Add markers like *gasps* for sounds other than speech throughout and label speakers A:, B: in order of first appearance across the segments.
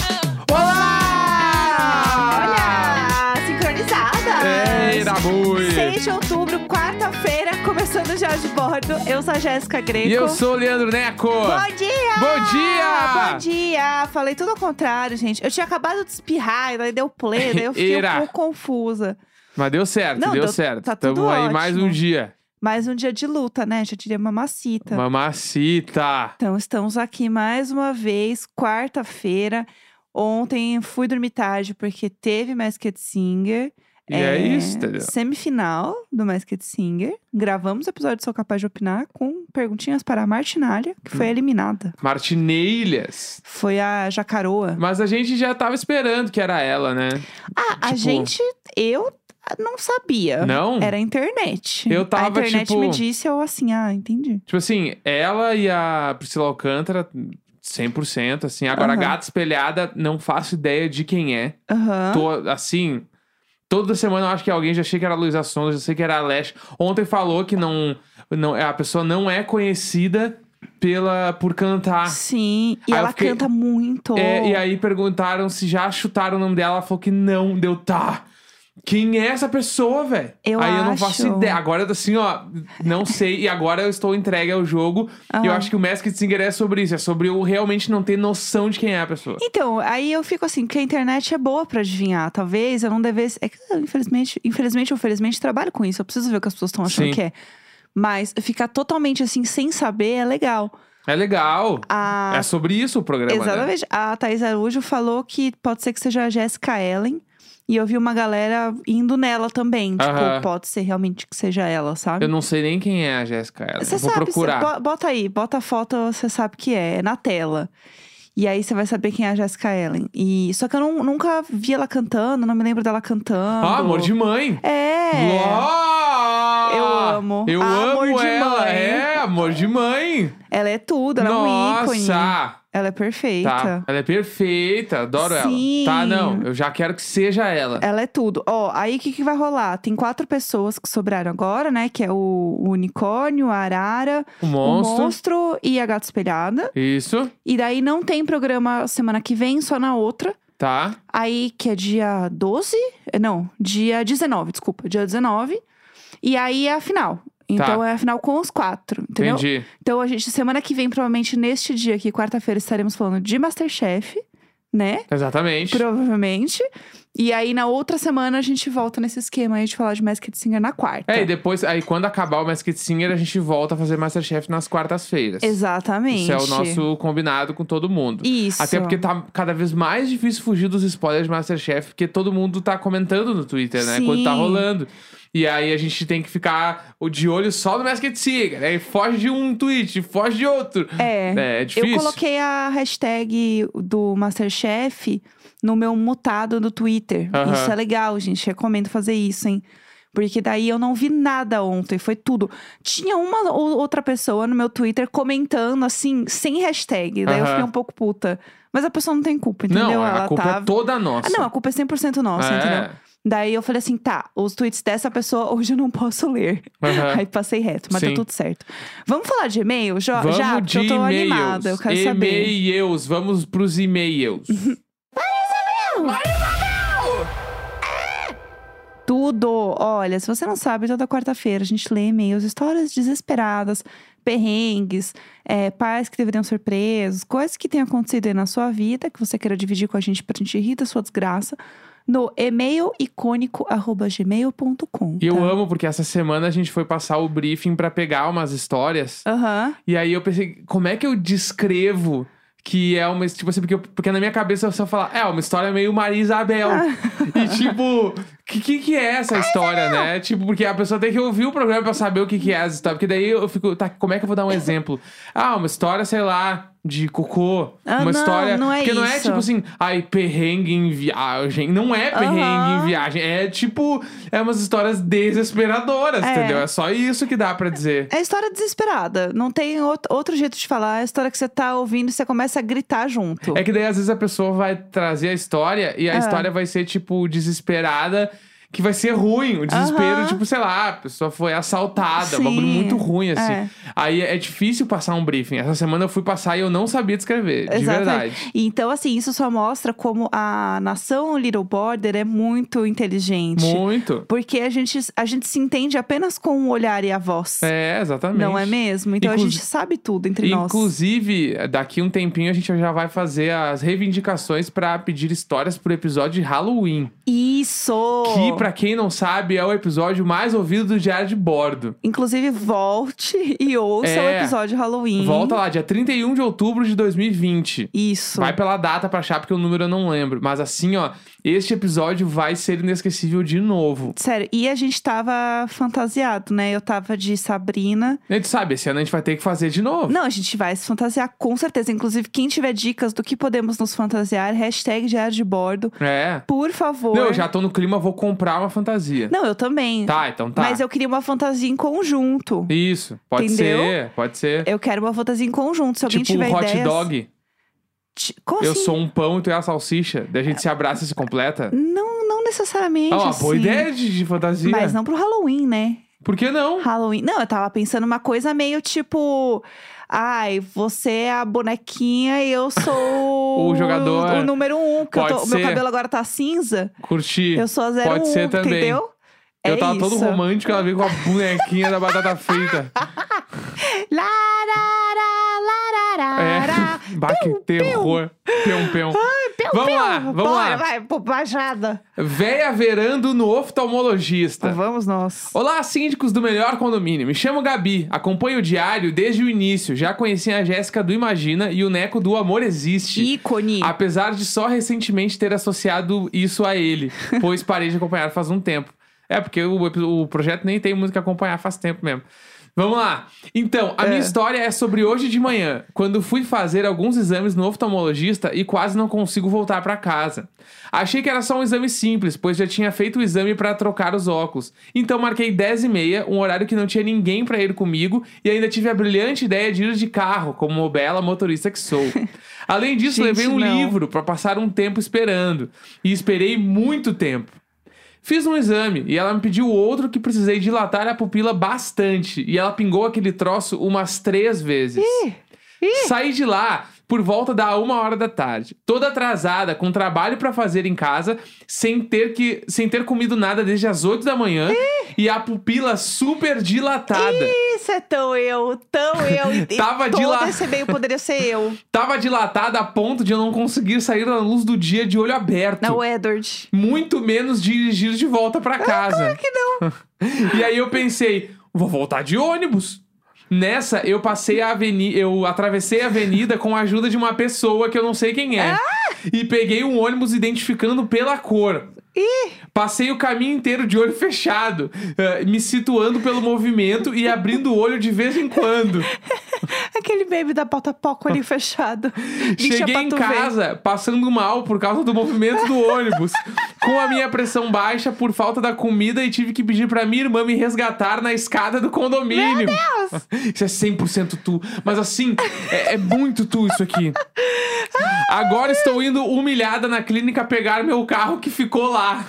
A: É,
B: Papel de Bordo. Eu sou a Jéssica Greco.
A: E eu sou o Leandro Neco.
B: Bom dia!
A: Bom dia!
B: Bom dia! Falei tudo ao contrário, gente. Eu tinha acabado de espirrar, e daí deu play, daí eu fiquei
A: Ira.
B: um pouco confusa.
A: Mas deu certo,
B: Não,
A: deu,
B: deu-
A: certo.
B: tá tudo
A: Tamo aí mais
B: ótimo.
A: um dia.
B: Mais um dia de luta, né? Já diria mamacita.
A: Mamacita.
B: Então, estamos aqui mais uma vez, quarta-feira. Ontem fui dormir tarde porque teve Masked Singer. eh,
A: E é, isso, entendeu?
B: Semifinal do Masked Singer. Gravamos o episódio do Sou Capaz de Opinar com perguntinhas para a Martinália, que
A: Hum.
B: foi eliminada.
A: Martinelhas.
B: Foi a Jacaroa.
A: Mas a gente já tava esperando que era ela, né?
B: Ah, a
A: tipo-
B: gente, eu não sabia.
A: Não?
B: Ah, Era a internet.
A: Eu
B: A
A: tava,
B: internet
A: tipo-
B: me disse, eu assim, ah, entendi.
A: Tipo assim, ela e a Priscila Alcântara, 100%, assim. Agora, a
B: Aham.
A: Gata Espelhada, não faço ideia de quem é.
B: Aham.
A: Tô, assim... Toda semana eu acho que alguém já achei que era a Luísa Sonda, já sei que era a Leste. Ontem falou que não, não, a pessoa não é conhecida pela, por cantar.
B: Sim,
A: Aí
B: e
A: eu
B: ela
A: fiquei-
B: canta muito.
A: É, e aí perguntaram se já chutaram o nome dela. Ela falou que não. Deu, tá. Quem é essa pessoa, velho?
B: Eu
A: aí eu não faço
B: acho.
A: ideia. Agora eu tô assim, ó, não sei. E agora eu estou entregue ao jogo. E eu
B: Aham.
A: acho que o Masked Singer é sobre isso. É sobre eu realmente não ter noção de quem é a pessoa.
B: Então, aí eu fico assim, que a internet é boa pra adivinhar. Talvez eu não devesse. É que eu, infelizmente, infelizmente ou felizmente, trabalho com isso. Eu preciso ver o que as pessoas estão achando
A: Sim.
B: que é. Mas ficar totalmente assim, sem saber, é legal.
A: É legal.
B: A...
A: É sobre isso o programa, né?
B: Ah. Exatamente. A Thaís Araújo falou que pode ser que seja a Jéssica Ellen. E eu vi uma galera indo nela também.
A: Aham.
B: Tipo, pode ser realmente que seja ela, sabe?
A: Eu não sei nem quem é a Jéssica. Ellen.
B: Você
A: Vou
B: sabe,
A: procurar.
B: cê- bo- bota aí, bota a foto, você sabe que é, é na tela. E aí você vai saber quem é a Jessica Ellen. E só que eu não- nunca vi ela cantando, não me lembro dela cantando.
A: Ah, amor de mãe.
B: É.
A: Uó!
B: Eu amo.
A: Eu
B: Amor
A: amo
B: de
A: ela.
B: mãe.
A: É, amor de mãe.
B: Ela é tudo, ela é um ícone.
A: Nossa!
B: Ela é
A: Tá.
B: perfeita.
A: Ela é perfeita, adoro
B: Sim.
A: ela. Tá, não, eu já quero que seja ela.
B: Ela é tudo. Ó, aí o que, que vai rolar? Tem quatro pessoas que sobraram agora, né? Que é o, o unicórnio, a arara,
A: O Um monstro.
B: o monstro e a gata espelhada.
A: Isso,
B: E daí não tem programa semana que vem, só na outra.
A: tá.
B: Aí, que é dia 12? Eh, Não, dia 19, desculpa. Dia 19. E aí é a final. Então é a final com os quatro, entendeu?
A: Tá. Entendi.
B: Então a gente, semana que vem, provavelmente neste dia aqui, quarta-feira, estaremos falando de Masterchef, né?
A: Exatamente.
B: Provavelmente. E aí na outra semana a gente volta nesse esquema aí de falar de Masked Singer na quarta.
A: É, e depois, aí quando acabar o Masked Singer, a gente volta a fazer Masterchef nas quartas-feiras.
B: Exatamente.
A: Isso é o nosso combinado com todo mundo.
B: Isso.
A: Até porque tá cada vez mais difícil fugir dos spoilers de Masterchef, porque todo mundo tá comentando no Twitter, né?
B: Sim.
A: Quando tá rolando. E aí a gente tem que ficar de olho só no Masked Singer, né? E foge de um tweet, foge de outro.
B: É.
A: É, é difícil.
B: Eu coloquei a hashtag do Masterchef no meu mutado do Twitter.
A: Aham.
B: Isso é legal, gente. Recomendo fazer isso, hein? Porque daí eu não vi nada ontem, foi tudo. Tinha uma ou outra pessoa no meu Twitter comentando, assim, sem hashtag. Daí eu
A: Aham.
B: fiquei um pouco puta. Mas a pessoa não tem culpa, entendeu?
A: Não,
B: Ela
A: a culpa
B: tá.
A: é toda
B: Ah,
A: nossa.
B: não, a culpa é 100% nossa,
A: É.
B: entendeu? Daí eu falei assim, tá, os tweets dessa pessoa hoje eu não posso ler.
A: Aham.
B: Aí passei reto, mas
A: Sim.
B: tá tudo certo. Vamos falar de e-mail, Jo-
A: Vamos
B: já?
A: de
B: Porque eu tô
A: e-mails.
B: animada, eu quero saber.
A: E-mails, vamos pros
B: *laughs*
A: e-mails.
B: Tudo! Olha, se você não sabe, toda quarta-feira a gente lê e-mails, histórias desesperadas, perrengues, é, pais que deveriam ser presos, coisas que tenham acontecido aí na sua vida, que você queira dividir com a gente pra gente rir da sua desgraça, no e-mailicônico.gmail.com.
A: E eu
B: tá?
A: amo, porque essa semana a gente foi passar o briefing pra pegar umas histórias.
B: Aham.
A: E aí eu pensei, como é que eu descrevo que é uma. Tipo assim, porque, eu- porque na minha cabeça eu só falar, é uma história meio Maria Isabel.
B: *laughs*
A: e tipo, que, que que é essa história, né? Tipo, porque a pessoa tem que ouvir o programa pra saber o que, que é as histórias. Porque daí eu fico, tá, como é que eu vou
B: *laughs*
A: dar um exemplo? Ah, uma história, sei lá. De cocô.
B: Ah,
A: uma
B: não,
A: história.
B: não é
A: porque não é
B: isso.
A: tipo assim, ai, perrengue em viagem. Não é perrengue
B: Aham.
A: em viagem. É tipo, é umas histórias desesperadoras,
B: É.
A: entendeu? É só isso que dá pra dizer.
B: É história desesperada. Não tem out- outro jeito de falar. É a história que você tá ouvindo e você começa a gritar junto.
A: É que daí às vezes a pessoa vai trazer a história e a
B: Ah.
A: história vai ser tipo desesperada. que vai ser ruim. O desespero,
B: Aham.
A: tipo, sei lá, a pessoa foi assaltada, um
B: Sim.
A: bagulho muito ruim, assim.
B: É.
A: Aí é difícil passar um briefing. Essa semana eu fui passar e eu não sabia descrever, de
B: Exatamente.
A: verdade.
B: Então, assim, isso só mostra como a nação Little Border é muito inteligente.
A: Muito.
B: Porque a gente, a gente se entende apenas com o olhar e a voz.
A: É, exatamente.
B: Não é mesmo? Então a
A: Inclusi-
B: gente sabe tudo entre nós.
A: Inclusive, daqui um tempinho a gente já vai fazer as reivindicações pra pedir histórias pro episódio de Halloween.
B: Isso!
A: Que, pra quem não sabe, é o episódio mais ouvido do Diário de Bordo.
B: Inclusive, volte *laughs* e ouça
A: É.
B: o episódio Halloween.
A: Volta lá, dia 31 de outubro de 2020.
B: Isso.
A: Vai pela data pra achar, porque o número eu não lembro. Mas assim, ó, este episódio vai ser inesquecível de novo.
B: Sério, e a gente tava fantasiado, né? Eu tava de Sabrina.
A: A gente sabe, esse ano a gente vai ter que fazer de novo.
B: Não, a gente vai se fantasiar com certeza. Inclusive, quem tiver dicas do que podemos nos fantasiar, hashtag diário de bordo.
A: É.
B: Por favor.
A: Não, eu já tô no clima, vou comprar uma fantasia.
B: Não, eu também.
A: Tá, então tá.
B: Mas eu queria uma fantasia em conjunto.
A: Isso, pode
B: Entendeu?
A: ser, pode ser.
B: Eu quero uma fantasia em conjunto. Se alguém
A: tipo
B: tiver
A: um hot
B: ideias...
A: dog.
B: Ti- Como
A: Eu
B: assim?
A: sou um pão e tu é a salsicha. Daí a gente se abraça e se completa.
B: Não, não necessariamente.
A: Ó, Ah, boa
B: assim.
A: ideia de, de fantasia.
B: Mas não pro Halloween, né?
A: Por que não?
B: Halloween. Não, eu tava pensando uma coisa meio tipo. Ai, você é a bonequinha e eu sou.
A: *laughs* O jogador.
B: O número um. Que eu
A: Pode
B: tô- Meu
A: ser.
B: cabelo agora tá cinza.
A: Curti.
B: Eu sou a zero
A: Pode
B: um,
A: ser também.
B: entendeu?
A: Eu
B: é
A: tava
B: isso.
A: todo romântico, ela veio com a bonequinha da batata frita.
B: Lá, lá, lá, lá, lá, lá.
A: É. *laughs* Bah, que terror. Peão, peão.
B: Ah, Piu,
A: Vamos
B: piu.
A: lá, vamos
B: Bora,
A: lá.
B: vai, pô, baixada.
A: Véia verando no oftalmologista.
B: Vamos nós.
A: Olá, síndicos do melhor condomínio. Me chamo Gabi, acompanho o diário desde o início. Já conheci a Jéssica do Imagina e o Neco do Amor Existe.
B: Ícone.
A: Apesar de só recentemente ter associado isso a ele, pois parei de acompanhar faz um tempo. É, porque o, epi- o projeto nem tem muito que acompanhar faz tempo mesmo. Vamos lá. Então, a
B: É.
A: minha história é sobre hoje de manhã, quando fui fazer alguns exames no oftalmologista e quase não consigo voltar pra casa. Achei que era só um exame simples, pois já tinha feito o exame pra trocar os óculos. Então marquei 10 e meia, um horário que não tinha ninguém pra ir comigo, e ainda tive a brilhante ideia de ir de carro, como uma bela motorista que sou. Além disso,
B: Gente,
A: levei um
B: não.
A: livro pra passar um tempo esperando. E esperei muito tempo. Fiz um exame e ela me pediu outro que precisei dilatar a pupila bastante. E ela pingou aquele troço umas três vezes. Saí de lá por volta da uma hora da tarde, toda atrasada, com trabalho pra fazer em casa, sem ter que, sem ter comido nada desde as 8 da manhã e a pupila super dilatada.
B: Isso é tão eu,
A: *laughs*
B: tão eu. E
A: Tava de
B: todo
A: lá.
B: esse meio poderia ser eu.
A: Tava dilatada a ponto de eu não conseguir sair na luz do dia de olho aberto.
B: Não, Edward.
A: Muito menos dirigir de volta pra casa.
B: Ah, Que não.
A: *laughs* E aí eu pensei, vou voltar de ônibus. Nessa, eu passei a avenida, eu atravessei a avenida com a ajuda de uma pessoa que eu não sei quem
B: Ah!
A: é. E peguei um ônibus identificando pela cor. Passei o caminho inteiro de olho fechado, eh, me situando pelo movimento e abrindo o olho de vez em quando.
B: Aquele baby da bota poco ali fechado. Bicha
A: Cheguei
B: pra
A: em
B: tu ver.
A: casa passando mal por causa do movimento do ônibus,
B: *laughs*
A: com a minha pressão baixa por falta da comida e tive que pedir pra minha irmã me resgatar na escada do condomínio. Meu Deus! *laughs* Isso é 100% tu. Mas assim, é, é muito tu isso aqui. Agora estou indo humilhada na clínica pegar meu carro que ficou lá.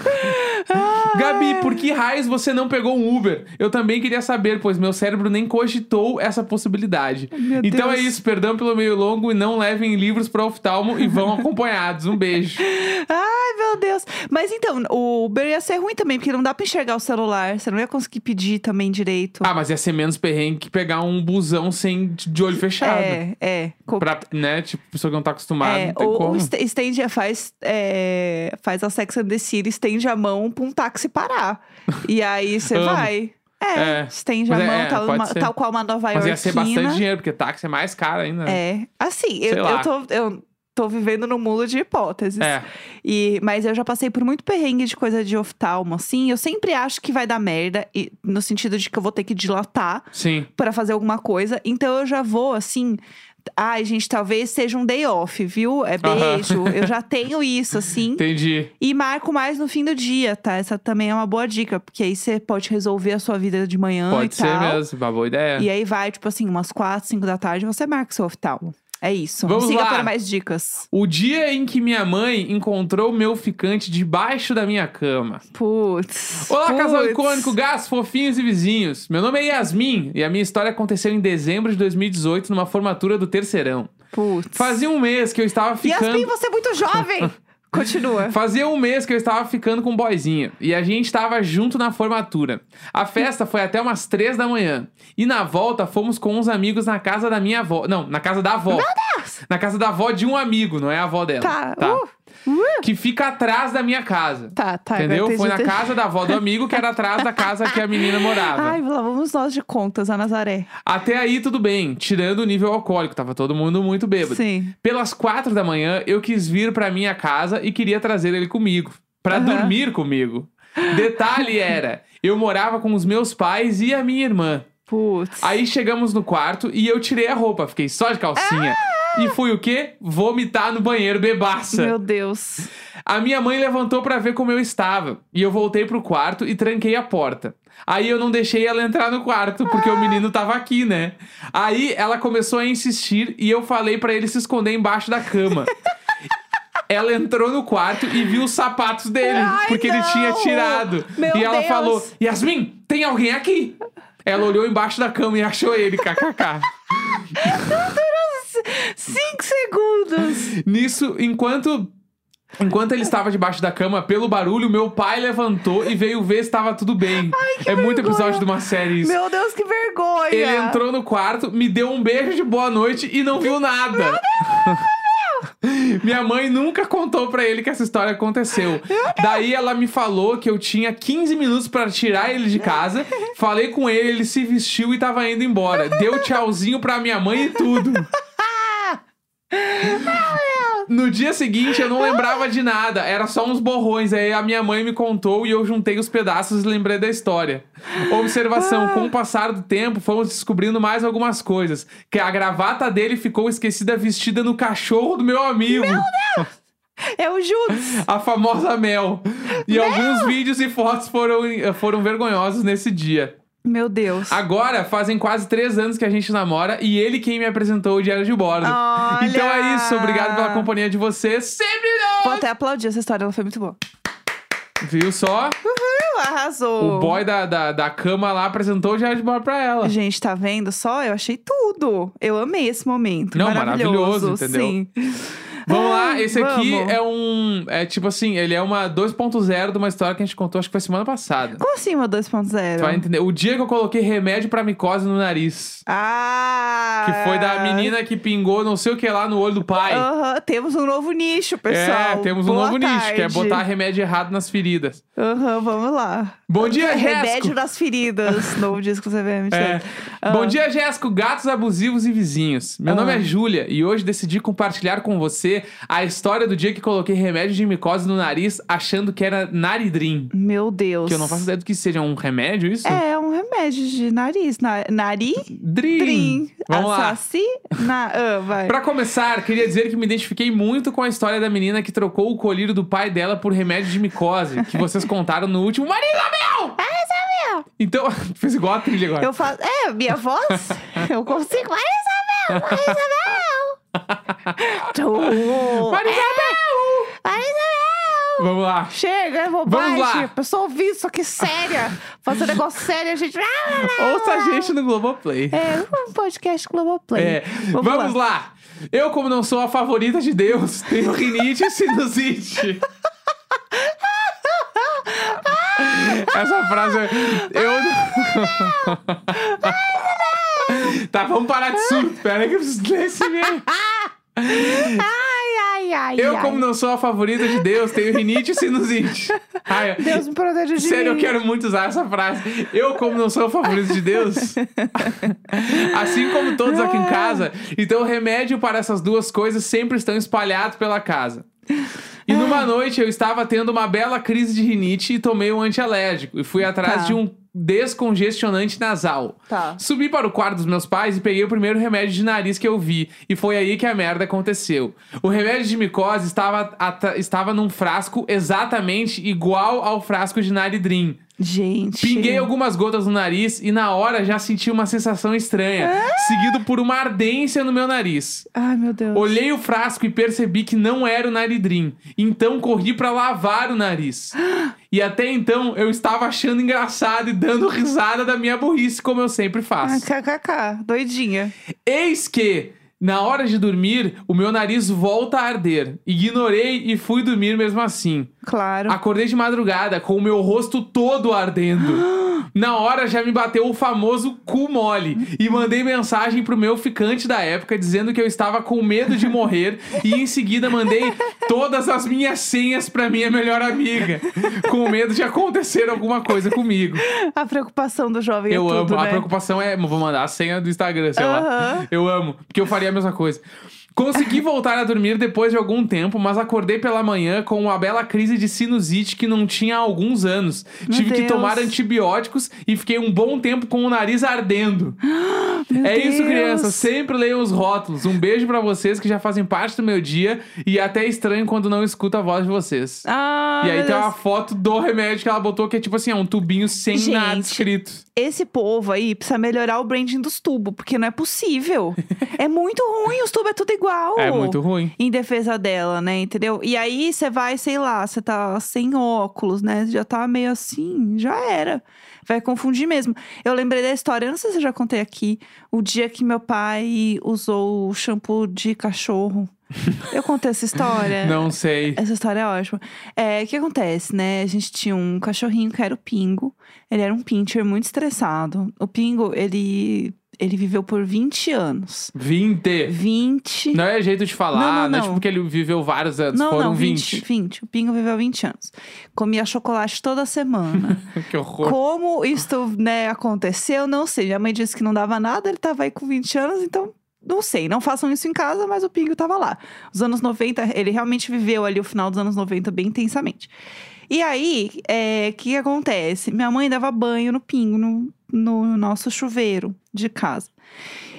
A: Gabi, por que raios você não pegou um Uber? Eu também queria saber, pois meu cérebro nem cogitou essa possibilidade.
B: Meu
A: então
B: Deus.
A: é isso, perdão pelo meio longo e não levem livros para oftalmo e
B: *laughs*
A: vão acompanhados. Um beijo.
B: Ai, meu Deus. Mas então, o Uber ia ser ruim também, porque não dá pra enxergar o celular. Você não ia conseguir pedir também direito.
A: Ah, mas ia ser menos perrengue que pegar um busão sem de olho fechado.
B: é, é. Co-
A: Pra, né, tipo, pessoa que não tá acostumada,
B: é,
A: não tem
B: ou
A: como.
B: este- estende, a- faz, é, faz a Sex and the City, estende a mão pra um táxi parar. E aí você
A: Amo.
B: vai. É,
A: É.
B: estende
A: Mas
B: a
A: é-
B: mão,
A: é,
B: tal,
A: pode
B: uma-
A: ser.
B: tal qual uma Nova
A: Mas
B: Yorkina.
A: ia ser bastante dinheiro, porque táxi é mais caro ainda. né?
B: É. Assim, eu,
A: Sei lá.
B: eu, tô, eu tô vivendo num mundo de hipóteses.
A: É.
B: E, mas eu já passei por muito perrengue de coisa de oftalmo, assim. Eu sempre acho que vai dar merda, e, no sentido de que eu vou ter que dilatar
A: Sim.
B: pra fazer alguma coisa. Então eu já vou, assim. Ai, gente, talvez seja um day off, viu? É
A: Aham.
B: beijo. Eu
A: *laughs*
B: já tenho isso, assim.
A: Entendi.
B: E marco mais no fim do dia, tá? Essa também é uma boa dica, porque aí você pode resolver a sua vida de manhã
A: Pode
B: e
A: ser
B: Ah, tal. é
A: mesmo. Uma boa ideia.
B: E aí vai, tipo assim, umas quatro, cinco da tarde, você marca o seu oftalmo. É isso.
A: Vamos
B: Siga
A: lá.
B: para mais dicas.
A: O dia em que minha mãe encontrou meu ficante debaixo da minha cama.
B: Putz.
A: Olá, casal
B: putz.
A: icônico, gatos, fofinhos e vizinhos. Meu nome é Yasmin e a minha história aconteceu em dezembro de 2018 numa formatura do terceirão.
B: Putz.
A: Fazia um mês que eu estava ficando.
B: Yasmin, você é muito
A: *laughs*
B: jovem! Continua.
A: Fazia um mês que eu estava ficando com um boyzinho e a gente estava junto na formatura. A festa foi até umas três da manhã e na volta fomos com uns amigos na casa da minha avó. Não, na casa da avó. Meu Deus! Na casa da avó de um amigo, não é a avó dela.
B: Tá. Uh, uh,
A: Que fica atrás da minha casa.
B: tá, tá. agora
A: Entendeu?
B: entendi,
A: Foi na
B: entendi.
A: casa da avó do amigo que era atrás da casa que a menina morava.
B: *laughs* Ai, lá vamos nós de contas, a Nazaré.
A: Até aí tudo bem, tirando o nível alcoólico, tava todo mundo muito bêbado.
B: Sim.
A: Pelas quatro da manhã, eu quis vir pra minha casa e queria trazer ele comigo. Pra
B: Aham.
A: dormir comigo.
B: *laughs*
A: Detalhe era, eu morava com os meus pais e a minha irmã.
B: Putz.
A: Aí chegamos no quarto e eu tirei a roupa, fiquei só de calcinha. E fui o quê? Vomitar no banheiro bebaça.
B: Ah! Meu Deus.
A: A minha mãe levantou pra ver como eu estava. E eu voltei pro quarto e tranquei a porta. Aí eu não deixei ela entrar no quarto, porque
B: Ah.
A: o menino tava aqui, né? Aí ela começou a insistir e eu falei pra ele se esconder embaixo da
B: *laughs*
A: cama. Ela entrou no quarto e viu os sapatos dele,
B: Ai,
A: porque ele
B: não!
A: tinha tirado.
B: Meu
A: e ela
B: Deus!
A: falou: Yasmin, tem alguém aqui? Ela olhou embaixo da cama e achou ele, kkk.
B: Cinco segundos.
A: Nisso, enquanto. Enquanto ele estava debaixo da cama, pelo barulho, meu pai levantou e veio ver se estava tudo bem. é muito
B: vergonha.
A: episódio de uma série isso.
B: Meu Deus, que vergonha.
A: Ele entrou no quarto, me deu um beijo de boa noite e não viu nada. Minha mãe nunca contou pra ele que essa história aconteceu. Daí ela me falou que eu tinha 15 minutos pra tirar ele de casa. Falei com ele, ele se vestiu e tava indo embora. Deu tchauzinho pra minha mãe e tudo. No dia seguinte eu não lembrava de nada, era só uns borrões. Aí a minha mãe me contou e eu juntei os pedaços e lembrei da história. Observação: com o passar do tempo, fomos descobrindo mais algumas coisas. Que a gravata dele ficou esquecida vestida no cachorro do meu amigo,
B: É o Judas.
A: a famosa Mel. E alguns vídeos e fotos foram, foram vergonhosos nesse dia.
B: Meu Deus.
A: Agora fazem quase três anos que a gente namora e ele quem me apresentou o Diário de Bordo.
B: Olha!
A: Então é isso, obrigado pela companhia de vocês. Sempre não!
B: Vou até aplaudir essa história, ela foi muito boa.
A: Viu só?
B: Uhul, arrasou.
A: O boy da, da, da cama lá apresentou o Jared Bordo pra ela.
B: Gente, tá vendo só? Eu achei tudo. Eu amei esse momento.
A: Não,
B: maravilhoso,
A: maravilhoso, entendeu?
B: Sim. *laughs*
A: Vamos lá,
B: Ai,
A: esse aqui
B: vamos.
A: é um. É tipo assim, ele é uma 2.0 de uma história que a gente contou, acho que foi semana passada.
B: Como assim uma 2.0?
A: Tu vai entender. O dia que eu coloquei remédio pra micose no nariz.
B: Ah!
A: Que foi da menina que pingou não sei o que lá no olho do pai.
B: Aham, Temos um novo nicho, pessoal.
A: é, temos um
B: Boa
A: novo nicho, que é
B: tarde.
A: botar remédio errado nas feridas.
B: Aham, vamos lá.
A: Bom dia, Resco.
B: Remédio das
A: *laughs*
B: feridas. Novo disco CVM.
A: É.
B: Ah.
A: Bom dia, Jéssico, gatos abusivos e vizinhos. Meu
B: Ah.
A: nome é Júlia e hoje decidi compartilhar com você a história do dia que coloquei remédio de micose no nariz achando que era naridrim.
B: Meu Deus.
A: Que eu não faço ideia do que seja um remédio, isso?
B: É um remédio de nariz. Na, nari?
A: Drim.
B: Trim.
A: Vamos lá.
B: Assaci? Na, ah, vai.
A: Pra começar, queria dizer que me identifiquei muito com a história da menina que trocou o colírio do pai dela por remédio de micose, que vocês contaram no último Marisa Mel!
B: Isabel!
A: Então, *laughs* fez igual a trilha agora.
B: Eu faço. É,
A: *laughs*
B: minha voz? eu consigo. Vai, Isabel! Vai, Isabel! Tu-
A: Marisa Mel!
B: Vai, Isabel!
A: Vamos lá.
B: Chega, é bobagem.
A: lá.
B: Pessoal, ouvi isso aqui séria. Fazer um negócio sério, a gente. "Ah,
A: Ouça a gente no Globoplay.
B: É, um podcast Globoplay.
A: É, vamos, lá. Eu, como não sou a favorita de Deus, *laughs* tenho rinite e sinusite. *laughs* Essa frase. é- Eu. *laughs* tá, vamos parar de surto. Pera aí que eu preciso ler esse e-mail.
B: Ai, ai, ai.
A: Eu,
B: ai.
A: como não sou a favorita de Deus, tenho rinite e sinusite. Ai, eu-
B: Deus me proteja de
A: Sério, eu
B: mim.
A: quero muito usar essa frase. Eu, como não sou o favorito de
B: *laughs*
A: Deus, assim como todos aqui
B: Ah.
A: em casa, então o remédio para essas duas coisas sempre estão espalhados pela casa. E
B: Ah.
A: numa noite eu estava tendo uma bela crise de rinite e tomei um antialérgico e fui atrás
B: Tá.
A: de um descongestionante nasal.
B: Tá.
A: Subi para o quarto dos meus pais e peguei o primeiro remédio de nariz que eu vi. E foi aí que a merda aconteceu. O remédio de micose estava, ata- estava num frasco exatamente igual ao frasco de Naridrim.
B: Gente.
A: Pinguei algumas gotas no nariz e na hora já senti uma sensação estranha, seguido por uma ardência no meu nariz.
B: Ai, meu Deus.
A: Olhei o frasco e percebi que não era o naridrim. Então corri pra lavar o nariz. E até então eu estava achando engraçado e dando risada da minha burrice, como eu sempre
B: Ah,
A: faço.
B: kkk, doidinha.
A: Eis que, na hora de dormir, o meu nariz volta a arder. Ignorei e fui dormir mesmo assim.
B: Claro.
A: Acordei de madrugada com o meu rosto todo ardendo. Na hora já me bateu o famoso cu mole e mandei mensagem pro meu ficante da época dizendo que eu estava com medo de morrer e em seguida mandei todas as minhas senhas pra minha melhor amiga, com medo de acontecer alguma coisa comigo.
B: A preocupação do jovem
A: Eu
B: é
A: amo.
B: tudo,
A: a
B: né?
A: preocupação é. Vou mandar a senha do Instagram, sei lá.
B: Aham.
A: Eu amo. Porque eu faria a mesma coisa. Consegui voltar a dormir depois de algum tempo, mas acordei pela manhã com uma bela crise de sinusite que não tinha há alguns anos.
B: Meu
A: Tive que
B: Deus.
A: tomar antibióticos e fiquei um bom tempo com o nariz ardendo.
B: *gasps* Meu
A: é isso,
B: Deus.
A: crianças. Sempre leiam os rótulos. Um beijo pra vocês que já fazem parte do meu dia e é até estranho quando não escuto a voz de vocês.
B: Ah,
A: e aí
B: meu
A: tem uma
B: Deus.
A: foto do remédio que ela botou que é tipo assim, é um tubinho sem nada
B: Gente.
A: escrito.
B: Esse povo aí precisa melhorar o branding dos tubos, porque não é
A: *laughs*
B: possível. é muito ruim, os tubos é tudo igual.
A: É muito ruim.
B: Em defesa dela, né? Entendeu? E aí você vai, sei lá, você tá sem óculos, né? Já tá meio assim, já era. Vai confundir mesmo. Eu lembrei da história, eu não sei se eu já contei aqui, o dia que meu pai usou o shampoo
A: *laughs*
B: de cachorro. Eu contei essa história?
A: Não sei.
B: Essa história é ótima. É, o que acontece, né? A gente tinha um cachorrinho que era o Pingo. Ele era um pincher muito estressado. O Pingo, ele, ele viveu por 20 anos.
A: 20.
B: 20.
A: Não é jeito de falar,
B: Não, não,
A: né?
B: não.
A: Tipo que ele viveu vários anos,
B: não,
A: foram
B: não,
A: 20.
B: 20. O Pingo viveu 20 anos. Comia chocolate toda semana.
A: *laughs* que horror.
B: Como isto né, aconteceu, não sei. Minha mãe disse que não dava nada, ele tava aí com 20 anos, então não sei. Não façam isso em casa, mas o Pingo tava lá. Os anos 90, ele realmente viveu ali o final dos anos 90 bem intensamente. E aí, é, o que que acontece? Minha mãe dava banho no Pingo, no, no nosso chuveiro de casa.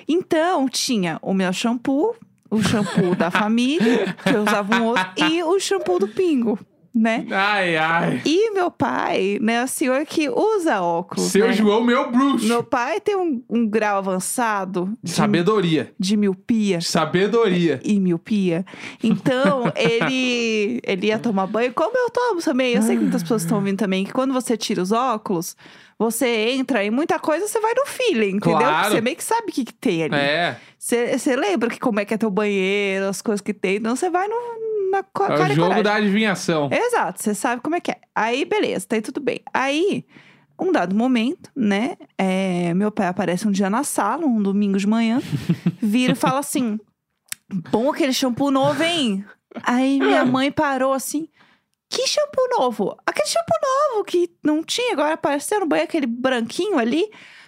B: Então, tinha o meu shampoo, o shampoo da família, que eu usava um outro, e o shampoo do Pingo, né?
A: Ai, ai.
B: E meu pai, né, o senhor que usa óculos.
A: Seu
B: né?
A: João, meu bruxo.
B: Meu pai tem um, um grau avançado
A: De
B: de,
A: sabedoria.
B: de miopia
A: De sabedoria.
B: e miopia.
A: *laughs*
B: Então, ele, ele ia tomar banho, como eu tomo também. Eu sei que muitas pessoas estão ouvindo também, que quando você tira os óculos, você entra em muita coisa, você vai no feeling, entendeu?
A: Claro.
B: Você meio que sabe o que, que tem ali.
A: É.
B: Você você lembra que como é que é teu banheiro, as coisas que tem. Então, você vai no, na co-
A: É
B: cara
A: o
B: e
A: jogo
B: coragem.
A: da adivinhação. *laughs*
B: Exato, você sabe como é que é. Aí, beleza, tá aí tudo bem. Aí, um dado momento, né? é, meu pai aparece um dia na sala, um domingo de manhã, vira e fala assim: Bom aquele shampoo novo, hein? Aí minha mãe parou assim. Que shampoo novo? Aquele shampoo novo que não tinha, agora apareceu no banheiro, aquele branquinho ali.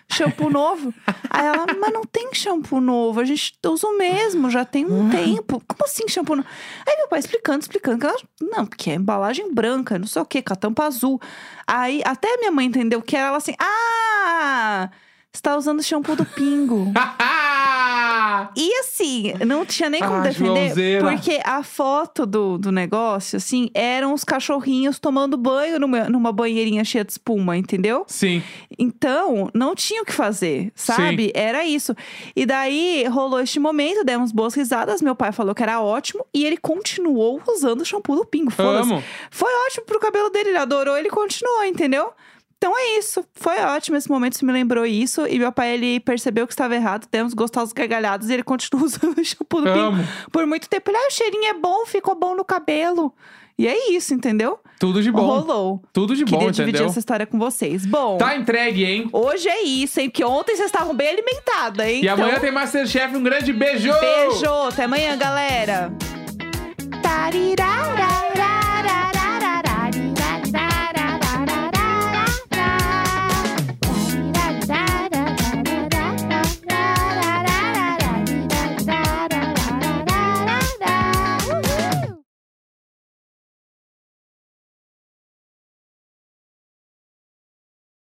B: Shampoo novo. Aí ela, mas não tem shampoo novo, a gente usa o mesmo, já tem um tempo. Como assim shampoo novo? Aí meu pai explicando, explicando. que ela, não, porque é embalagem branca, não sei o quê, com a tampa azul. Aí até minha mãe entendeu que era ela assim, ah, você tá usando shampoo do pingo. E assim, não tinha nem como
A: Ah,
B: defender,
A: Joãozeira.
B: porque a foto do, do negócio, assim, eram os cachorrinhos tomando banho numa, numa banheirinha cheia de espuma, entendeu?
A: Sim.
B: Então, não tinha o que fazer, sabe? Era isso. E daí rolou este momento, demos boas risadas, meu pai falou que era ótimo e ele continuou usando o shampoo do Pingo. Foda-se.
A: Amo.
B: Foi ótimo pro cabelo dele, ele adorou, ele continuou, entendeu? Então é isso. Foi ótimo esse momento, você me lembrou isso. E meu pai, ele percebeu que estava errado, demos gostosos gargalhados e ele continuou *laughs* usando o shampoo do Pingo
A: Amo.
B: por muito tempo. Ele, ah, o cheirinho é bom, ficou bom no cabelo. E é isso, entendeu?
A: Tudo de bom.
B: Rolou.
A: Tudo de
B: Queria
A: bom,
B: dividir
A: entendeu?
B: essa história com vocês. Bom.
A: Tá entregue, hein?
B: Hoje é isso, hein? Porque ontem vocês estavam bem alimentadas, hein?
A: E
B: Então,
A: amanhã tem Masterchef. Um grande beijo!
B: Beijo! Até amanhã, galera! Tarirá!